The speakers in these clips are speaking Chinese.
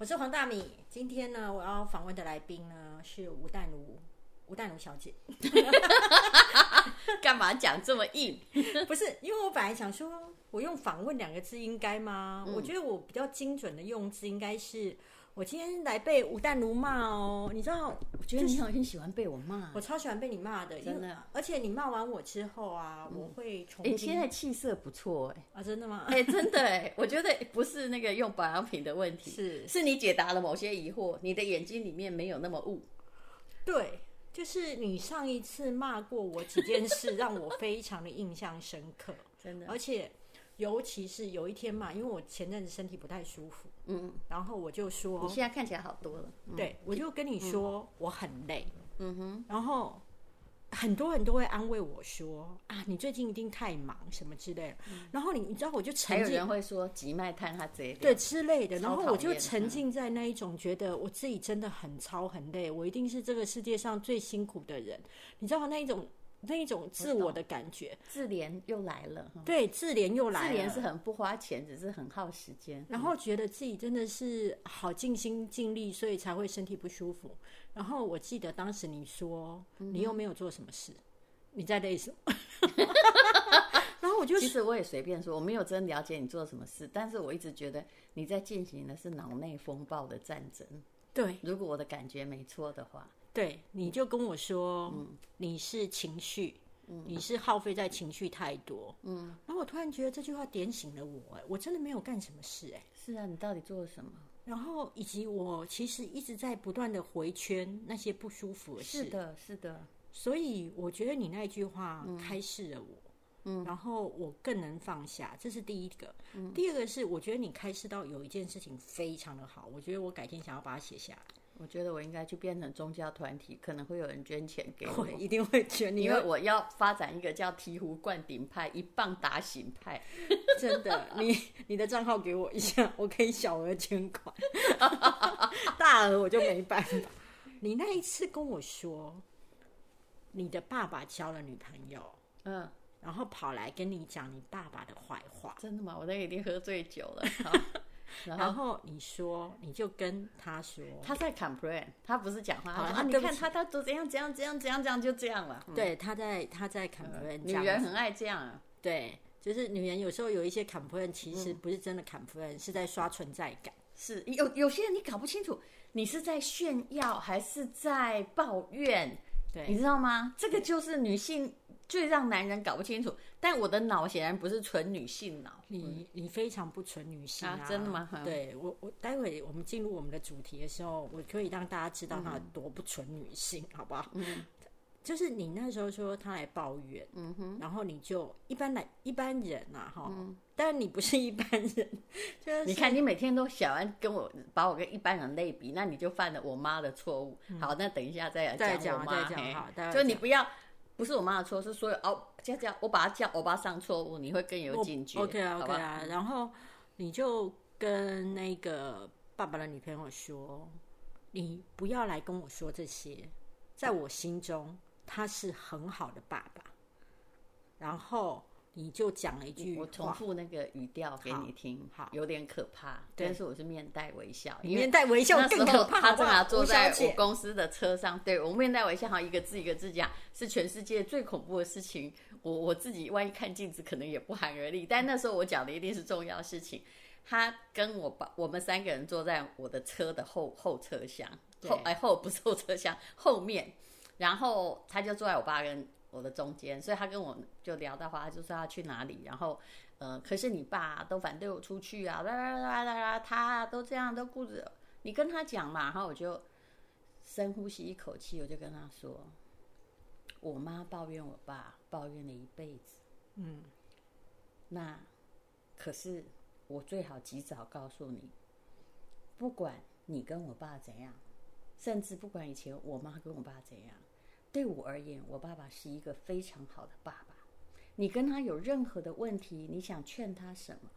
我是黄大米。今天呢，我要访问的来宾呢是吴淡如，吴淡如小 姐。干嘛讲这么硬？不是，因为我本来想说，我用“访问”两个字应该吗？嗯我觉得我比较精准的用字应该是，我今天来被吴淡如骂哦。你知道，我觉得你好像喜欢被我骂我。超喜欢被你骂的，因为真的。而且你骂完我之后啊，我会重哎、新、现在气色不错哎、啊，真的吗？哎、真的哎、 我觉得不是那个用保养品的问题，是是你解答了某些疑惑，你的眼睛里面没有那么雾。对，就是你上一次骂过我几件 事，让我非常的印象深刻，真的而且尤其是有一天嘛，因为我前阵子身体不太舒服，嗯，然后我就你嗯说，现在看起来好多了。对我就跟你说、我很累，嗯哼，然后。很多人都会安慰我说：“啊，你最近一定太忙什么之类的。然后你你知道，我就嗯还沉有浸人会说急脉探他这一对之类的，超然后我讨就厌嗯沉浸在那一种觉得我自己真的很超很累，我一定是这个世界上最辛苦的人，你知道那一种那一种自我的感觉，自怜又来了，哈对，自怜又自来怜了，是很不花钱，只是很耗时间。然后觉得自己真的是好尽心尽力，所以才会身体不舒服。然后我记得当时你说你又没有做什么事，你在累什么？ 然后我就其实我也随便说，我没有真了解你做什么事，但是我一直觉得你在进行的是脑内风暴的战争。 对如果我的感觉没错的话，对，你就跟我说、你是情绪，你是耗费在情绪太多。嗯，然后我突然觉得这句话点醒了我、哎，我真的没有干什么事哎、是啊，你到底做了什么？然后以及我其实一直在不断的回圈那些不舒服的事，是的，是的，所以我觉得你那句话开示了我。嗯，然后我更能放下，这是第一个。嗯第二个是，我觉得你开示到有一件事情非常的好，我觉得我改天想要把它写下来，我觉得我应该去变成宗教团体，可能会有人捐钱给我我，一定会觉得你因为我要发展一个叫醍醐灌顶派、一棒打醒派。真的，你你的账号给我一下，我可以小额捐款， 大额我就没办法。你那一次跟我说，你的爸爸交了女朋友，嗯，然后跑来跟你讲你爸爸的坏话，真的吗？我那个已经喝醉酒了。好然后然后你说你就跟他说，他在 complain，他不是讲话，好他说啊啊你对不看起他他都怎样怎样怎样怎样怎样就这样了。对，他在他在 complain，嗯女这样人子很爱这样啊。对，就是女人有时候有一些 complain，其实不是真的 complain，、是在刷存在感。是有有些人你搞不清楚，你是在炫耀还是在抱怨，对你知道吗？这个就是女性最让男人搞不清楚。但我的脑显然不是纯女性脑，你你非常不纯女性啊真的吗哈对我我待会我们进入我们的主题的时候，我可以让大家知道嗯她有多不纯女性，好不好？嗯，就是你那时候说她来抱怨，嗯哼，然后你就一般来一般人啊哈，但你不是一般人， 就是嗯你看你每天都想要跟我把我跟一般人类比，那你就犯了我妈的错误。好，那等一下再来嗯再讲讲我妈，再讲嘿好待会就你不要。不是我妈的错，是所有哦，这样我把她叫欧巴上错误，你会更有警觉。 OK 啊好 OK 吧嗯啊，然后你就跟那个爸爸的女朋友说，你不要来跟我说这些，在我心中他是很好的爸爸。然后你就讲了一句我重话，复那个语调给你听，好好有点可怕，对但是我是面带微笑，你因为面带微笑那时更候可怕。好 他不正好好坐吴小在我 姐，公司的车上，对我面带微笑，好像一个字一个字讲，是全世界最恐怖的事情。我我自己万一看镜子，可能也不寒而栗。但那时候我讲的一定是重要事情。他跟我爸，我们三个人坐在我的车的后后车厢，后对哎后不是后车厢后面，然后他就坐在我爸跟我的中间，所以他跟我就聊到话，他就说要去哪里，然后呃，可是你爸都反对我出去啊，啦啦啦啦啦，他都这样都顾着你跟他讲嘛，然后我就深呼吸一口气，我就跟他说，我妈抱怨我爸，抱怨了一辈子，嗯，那可是我最好及早告诉你，不管你跟我爸怎样，甚至不管以前我妈跟我爸怎样，对我而言，我爸爸是一个非常好的爸爸。你跟他有任何的问题，你想劝他什么？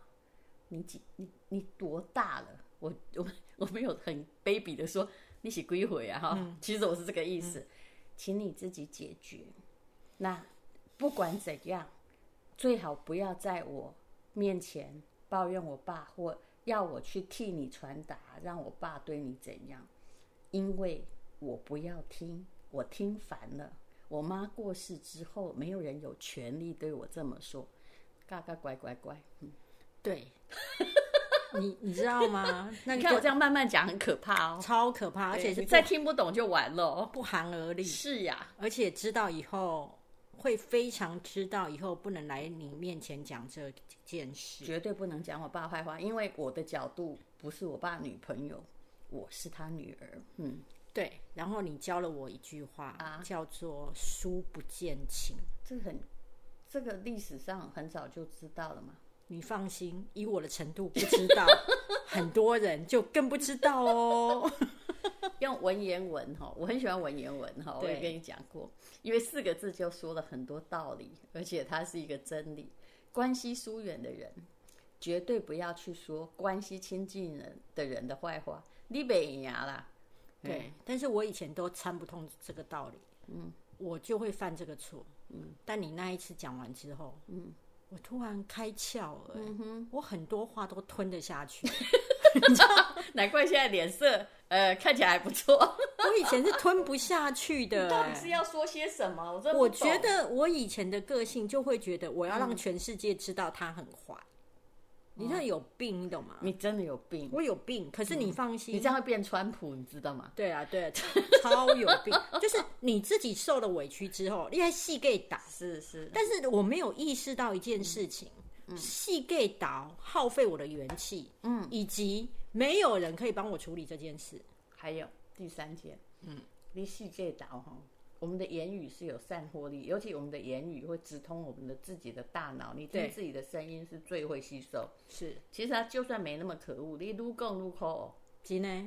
你几你你多大了？我我我没有很卑鄙的说你是归回啊哈，其实我是这个意思，请你自己解决。那不管怎样，最好不要在我面前抱怨我爸或要我去替你传达，让我爸对你怎样，因为我不要听，我听烦了。我妈过世之后，没有人有权利对我这么说。嘎嘎乖乖乖， 对，你你知道吗？那你你看我就这样慢慢讲很可怕哦，超可怕，而且是对不再听不懂就完了哦。不寒而栗，是呀、而且知道以后会非常知道以后不能来你面前讲这件事。绝对不能讲我爸坏话，因为我的角度不是我爸女朋友，我是他女儿。嗯，对，然后你教了我一句话，啊叫做“书不见情这个很，这个历史上很早就知道了嘛。”。 你放心，以我的程度不知 道，很多人就更不知道哦。用文言文哈，我很喜欢文言文哈，我对也跟你讲过，因为四个字就说了很多道理，而且它是一个真理。关系疏远的人，绝对不要去说关系亲近人的人的坏话，你北牙啊啦。 对，但是我以前都参不通这个道理，嗯，我就会犯这个错，嗯。但你那一次讲完之后，嗯，我突然开窍了、嗯哼，我很多话都吞得下去。难怪现在脸色呃看起来还不错。 我以前是吞不下去 的、到底是要说些什么？我真的我不懂觉得我以前的个性就会觉得我要让全世界知道他很坏，你这有病，你懂吗？嗯你真的有病，我有病，可是你放心，你这样会变川普，你知道吗？对啊， 对啊，超有病，就是你自己受了委屈之后，你还戏给打，是是，但是我没有意识到一件事情，嗯戏给打耗费我的元气，嗯，以及没有人可以帮我处理这件事，还有第三件，嗯，离世界岛哈，我们的言语是有散播力，尤其我们的言语会直通我们的自己的大脑，你听对自己的声音是最会吸收。是，其实它就算没那么可恶，你撸更撸口，真的，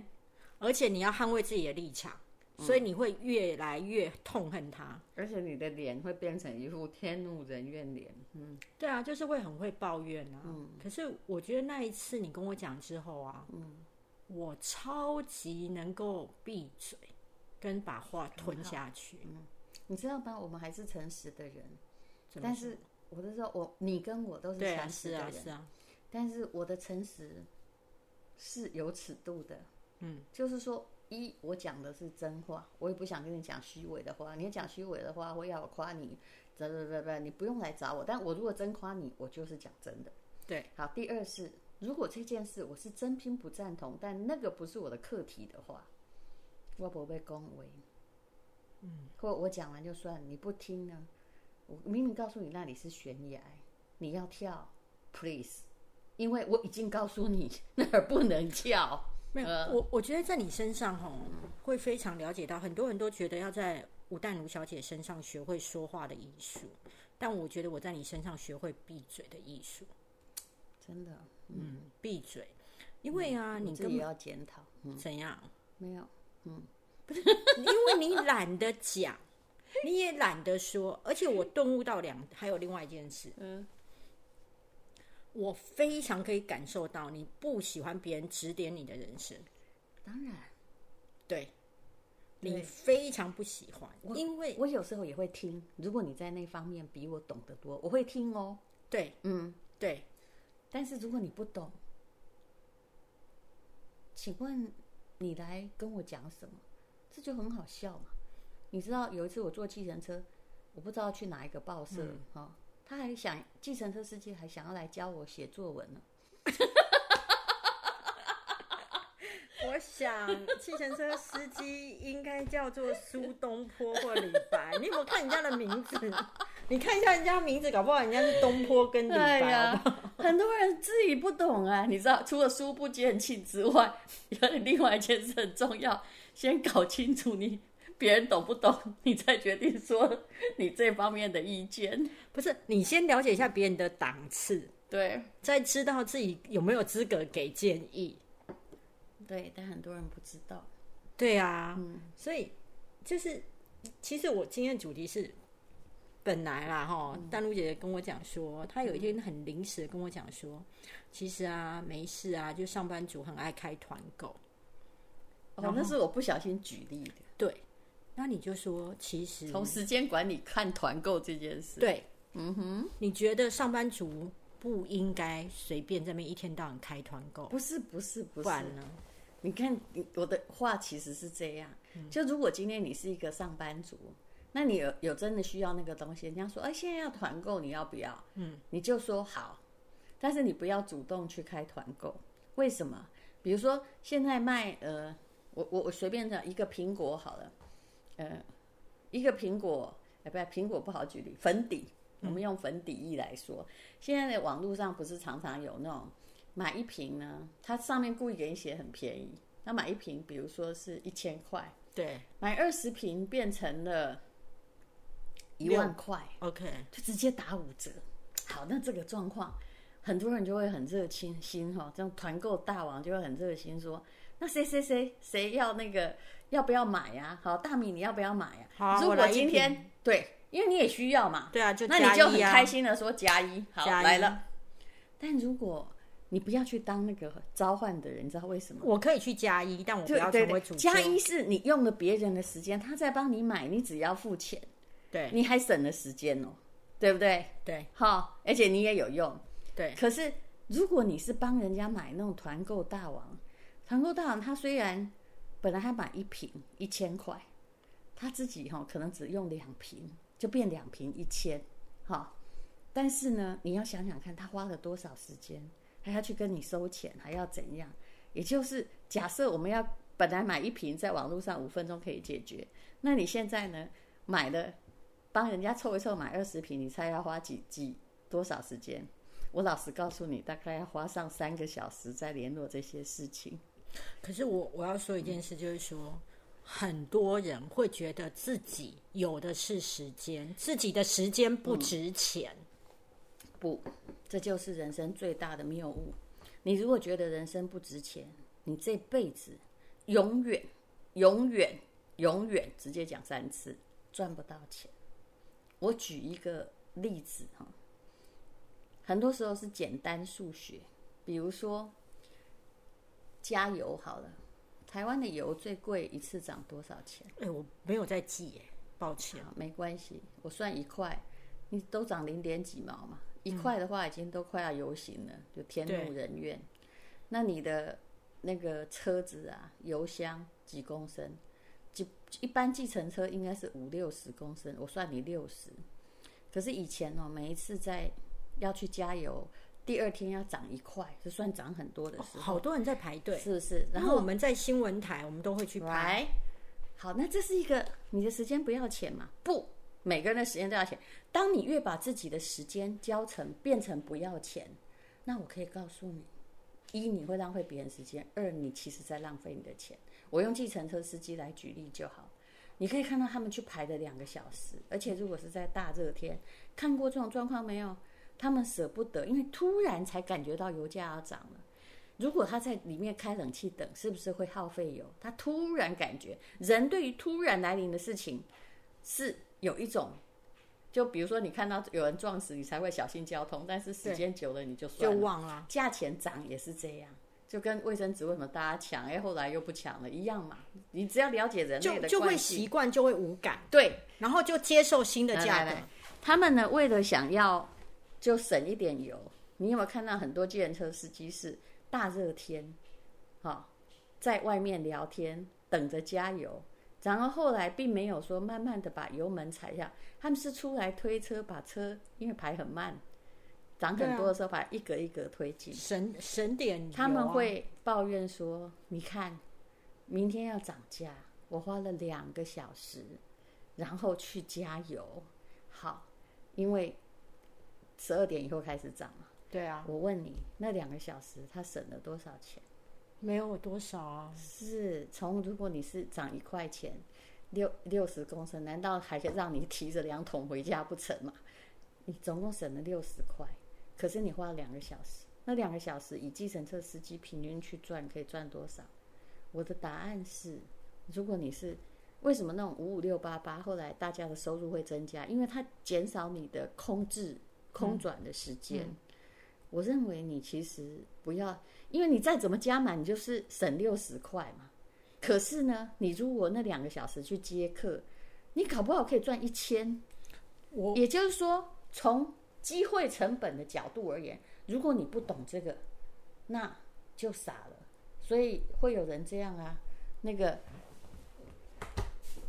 而且你要捍卫自己的立场，所嗯以你会越来越痛恨他。而且你的脸会变成一副天怒人怨脸。嗯，对啊，就是会很会抱怨啊。可是我觉得那一次你跟我讲之后啊，嗯我超级能够闭嘴，跟把话吞下去。嗯你知道吗？我们还是诚实的人，怎么但是我就说我你跟我都是对啊，诚是实的啊，人，是啊，但是我的诚实是有尺度的，嗯，就是说，一我讲的是真话，我也不想跟你讲虚伪的话。你讲虚伪的话，会要我夸你，怎怎怎怎，你不用来找我。但我如果真夸你，我就是讲真的。对，好，第二是，如果这件事我是真心不赞同，但那个不是我的课题的话，我不被恭维。嗯，或我讲完就算，你不听呢？我明明告诉你那里是悬崖，你要跳，please，因为我已经告诉你 那儿不能跳。没有。呃我我觉得在你身上吼，嗯会非常了解到很多人都觉得要在吴淡如小姐身上学会说话的艺术，但我觉得我在你身上学会闭嘴的艺术。真的，嗯，闭嘴，因为啊，我你自根己本要检讨。怎样？ 没有，因为你懒得讲，你也懒得说，而且我顿悟到两，还有另外一件事，嗯，我非常可以感受到你不喜欢别人指点你的人生，当然，对你对非常不喜欢，因为我有时候也会听。如果你在那方面比我懂得多，我会听哦。对嗯，对，但是如果你不懂，请问你来跟我讲什么？这就很好笑嘛。你知道有一次我坐计程车，我不知道去哪一个报社哈、哦他还想计程车司机还想要来教我写作文呢。我想计程车司机应该叫做苏东坡或李 白，你有没有看人家的名字？ 你看一下人家名字，搞不好人家是东坡跟李白，哎好不好， 很多人自己不懂啊，你知道，除了书不见弃之外，有另外一件事很重要，先搞清楚你别人懂不懂，你再决定说你这方面的意见。不是，你先了解一下别人的档次， 对，再知道自己有没有资格给建议。对，但很多人不知道。对啊，所以就是，其实我今天的主题是，本来啦哈，嗯丹露姐姐跟我讲说，她有一天很临时的跟我讲说，其实啊没事啊，就上班族很爱开团购，哦，那是我不小心举例的。对，那你就说其嗯实从时间管理看团购这件事，对，嗯哼，你觉得上班族不应该随便这边一天到晚开团购，不是不是不不是，然呢？你看，你我的话其实是这样，就如果今天你是一个上班族，那你有有真的需要那个东西，人家说，哎，现在要团购，你要不要？嗯，你就说好，但是你不要主动去开团购，为什么？比如说现在卖，呃，我我我随便讲一个苹果好了，呃，一个苹果，哎，不是苹果不好举例，粉底，我们用粉底液来说，现在的网络上不是常常有那种。买一瓶呢，它上面故意给你写很便宜，那买一瓶，比如说是一千块，对买二十瓶变成了一万块， ，OK，就直接打五折。好，那这个状况，很多人就会很热心心哈、这种团购大王就会很热心说，那谁谁谁谁要那个要不要买呀、好，大米你要不要买呀、好啊如我果来一今天对，因为你也需要嘛，对啊，就那加你就一很啊开心的说加一，好加一来了。但如果你不要去当那个召唤的人，你知道为什么？我可以去加一，但我不对要对成为对主，加修一是你用了别人的时间，他在帮你买，你只要付钱，对你还省了时间哦，对不对？对好，而且你也有用。对可是如果你是帮人家买那种团购大王，团购大王他虽然本来他买一瓶一千块，他自己哈、可能只用两瓶，就变两瓶一千，哈。但是呢，你要想想看，他花了多少时间，还要去跟你收钱，还要怎样？也就是假设我们要本来买一瓶，在网络上五分钟可以解决，那你现在呢买了，帮人家凑一凑买二十瓶，你猜要花几几多少时间？我老实告诉你，大概要花上三个小时在联络这些事情。可是我我要说一件事，就是说，很多人会觉得自己有的是时间，自己的时间不值钱。不，这就是人生最大的谬误。你如果觉得人生不值钱，你这辈子永远、永远、永远，直接讲三次，赚不到钱。我举一个例子哈，很多时候是简单数学，比如说加油好了，台湾的油最贵一次涨多少钱？哎、我没有在记、耶，抱歉。啊好没关系，我算一块，你都涨零点几毛嘛，一块的话已经都快要游行了，就天怒人怨。那你的那个车子啊，油箱几公升？几一般计程车应该是五六十公升，我算你六十。可是以前哦，每一次在要去加油，第二天要涨一块，就算涨很哦多的时候，好多人在排队，是不是？然然后后我们在新闻台，我们都会去排。来，好，那这是一个你的时间不要钱嘛？不，每个人的时间都要钱。当你越把自己的时间教成变成不要钱，那我可以告诉你，一你会浪费别人时间，二你其实在浪费你的钱。我用计程车司机来举例就好。你可以看到他们去排的两个小时，而且如果是在大热天，看过这种状况没有？他们舍不得，因为突然才感觉到油价要涨了。如果他在里面开冷气等，是不是会耗费油？他突然感觉，人对于突然来临的事情是有一种，就比如说你看到有人撞死，你才会小心交通，但是时间久了你就就算了。忘了，价钱涨也是这样，就跟卫生纸为什么大家抢，哎，后来又不抢了一样嘛。你只要了解人类就的就会惯性习惯，就会无感，对然后就接受新的来价格来来。他们呢，为了想要就省一点油，你有没有看到很多计程车司机是大热天，哈、在外面聊天，等着加油，然后后来并没有说慢慢的把油门踩下，他们是出来推车，把车因为排很慢，涨啊很多的时候，把一格一格推进。省省点油啊、他们会抱怨说：“你看，明天要涨价，我花了两个小时，然后去加油。好，因为十二点以后开始涨嘛。对啊，我问你，那两个小时他省了多少钱？没有多少啊，是从如果你是涨一块钱，六六十公升，难道还让你提着两桶回家不成吗？你总共省了六十块，可是你花了两个小时，那两个小时以计程车司机平均去赚，可以赚多少？我的答案是，如果你是为什么那种五五六八八，后来大家的收入会增加，因为它减少你的空置空转的时间。我认为你其实不要，因为你再怎么加满，你就是省六十块嘛。可是呢，你如果那两个小时去接客，你搞不好可以赚一千。我也就是说，从机会成本的角度而言，如果你不懂这个，那就傻了。所以会有人这样啊。那个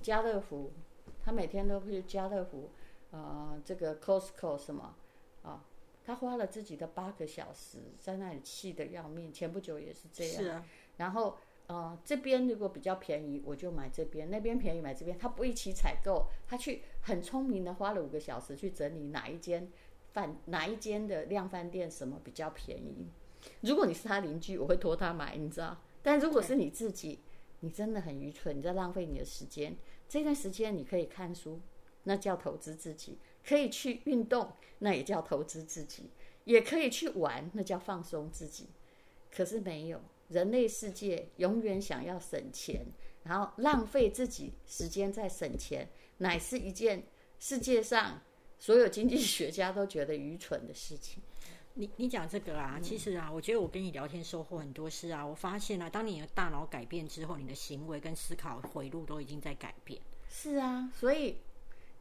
家乐福，他每天都去家乐福，呃，这个 Costco 什么啊，他花了自己的八个小时在那里气得要命。前不久也是这样。是啊，然后呃，这边如果比较便宜，我就买这边；那边便宜买这边。他不一起采购，他去很聪明的花了五个小时去整理哪一间饭哪一间的量饭店什么比较便宜。如果你是他邻居，我会托他买，你知道。但如果是你自己，你真的很愚蠢，你在浪费你的时间。这段时间你可以看书，那叫投资自己；可以去运动，那也叫投资自己；也可以去玩，那叫放松自己。可是没有，人类世界永远想要省钱，然后浪费自己时间在省钱，乃是一件世界上所有经济学家都觉得愚蠢的事情。你你讲这个嗯啊，其实啊，我觉得我跟你聊天收获很多事啊。我发现啊，当你的大脑改变之后，你的行为跟思考回路都已经在改变。是啊，所以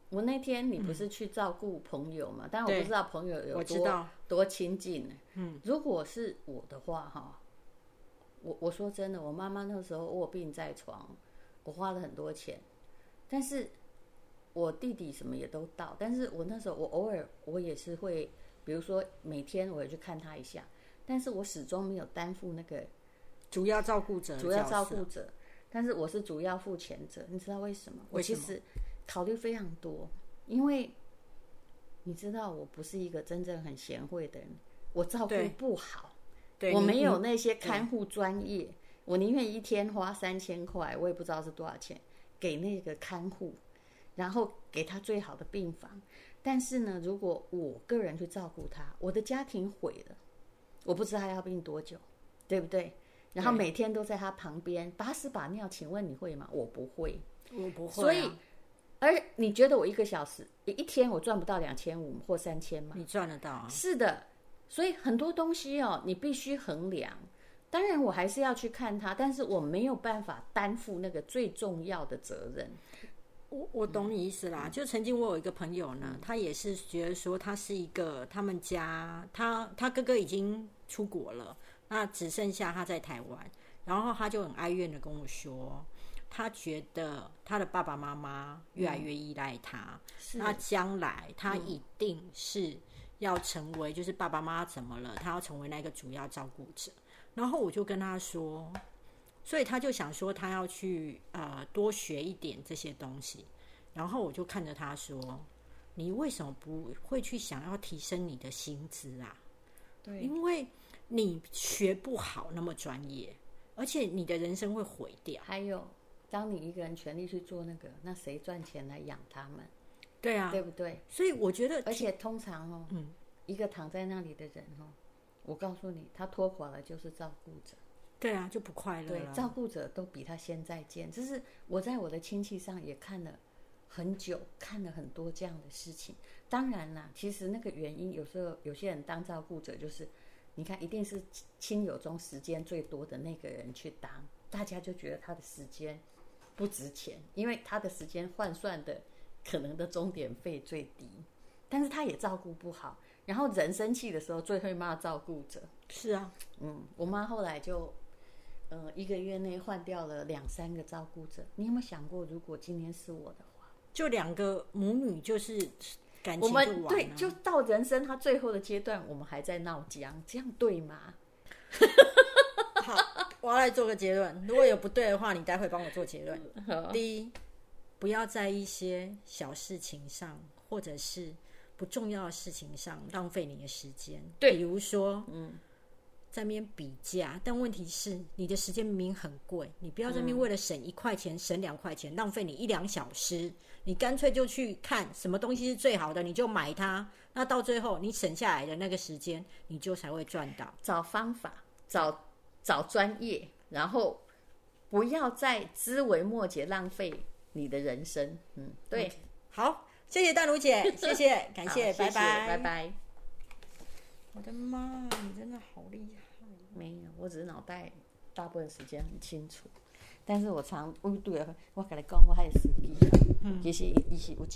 我那天你不是去照顾朋友嘛？但我不知道朋友有多我知道哎多亲近呢。嗯，如果是我的话，哈，我我说真的，我妈妈那时候卧病在床，我花了很多钱，但是我弟弟什么也都到，但是我那时候我偶尔我也是会，比如说每天我也去看他一下，但是我始终没有担负那个主要照顾者的主要角照色顾者，但是我是主要付钱者，你知道为什么？我为什其么实考虑非常多，因为你知道我不是一个真正很贤惠的人，我照顾对不好，对，我你没有你那些看护专业，我宁愿一天花三千块，我也不知道是多少钱，给那个看护，然后给他最好的病房。但是呢，如果我个人去照顾他，我的家庭毁了，我不知道他要病多久，对不对？然后每天都在他旁边把屎把尿，请问你会吗？我不会。我不会、啊，所以而你觉得我一个小时、一天我赚不到两千五或三千吗？你赚得到啊。是的，所以很多东西哦，你必须衡量。当然，我还是要去看它，但是我没有办法担负那个最重要的责任。我我懂你意思啦，就曾经我有一个朋友呢，他也是觉得说他是一个他们家他他哥哥已经出国了，那只剩下他在台湾，然后他就很哀怨的跟我说，他觉得他的爸爸妈妈越来越依赖他，那将来他一定是要成为就是爸爸妈妈怎么了，他要成为那个主要照顾者，然后我就跟他说，所以他就想说他要去呃多学一点这些东西。然后我就看着他说：“你为什么不会去想要提升你的薪资啊？对，因为你学不好那么专业，而且你的人生会毁掉。还有，当你一个人全力去做那个，那谁赚钱来养他们，对啊，对不对？所以我觉得嗯而且通常哦，一个躺在那里的人哦，我告诉你，他拖垮了就是照顾者。对啊就不快乐对，了。照顾者都比他先再见。这是我在我的亲戚上也看了很久，看了很多这样的事情。当然啦，其实那个原因有时候有些人当照顾者就是，你看一定是亲亲友中时间最多的那个人去当，大家就觉得他的时间不值钱，因为他的时间换算的可能的终点费最低，但是他也照顾不好。然后人生气的时候最会骂照顾者。是啊，嗯，我妈后来就，呃，一个月内换掉了两三个照顾者。你有没有想过，如果今天是我的话，就两个母女就是感我情就完啊们了。对，就到人生他最后的阶段，我们还在闹僵，这样对吗？好， 我要来做个结论。如果有不对的话，你待会帮我做结论。第一，不要在一些小事情上，或者是不重要的事情上浪费你的时间。对比如说，嗯，在那边比价，但问题是你的时间明明很贵，你不要这边为了省一块钱、省两块钱，浪费你一两小时。你干脆就去看什么东西是最好的，你就买它。那到最后，你省下来的那个时间，你就才会赚到。找方法，找找专业，然后不要再枝微末节浪费你的人生。嗯，对，好，谢谢淡如姐，谢谢，感好谢，谢拜谢拜拜。拜。我的妈，你真的好厉害！没有，我只是脑袋大部分时间很清楚，但是我常我对我跟你讲，我还有司机啊，其实伊是有一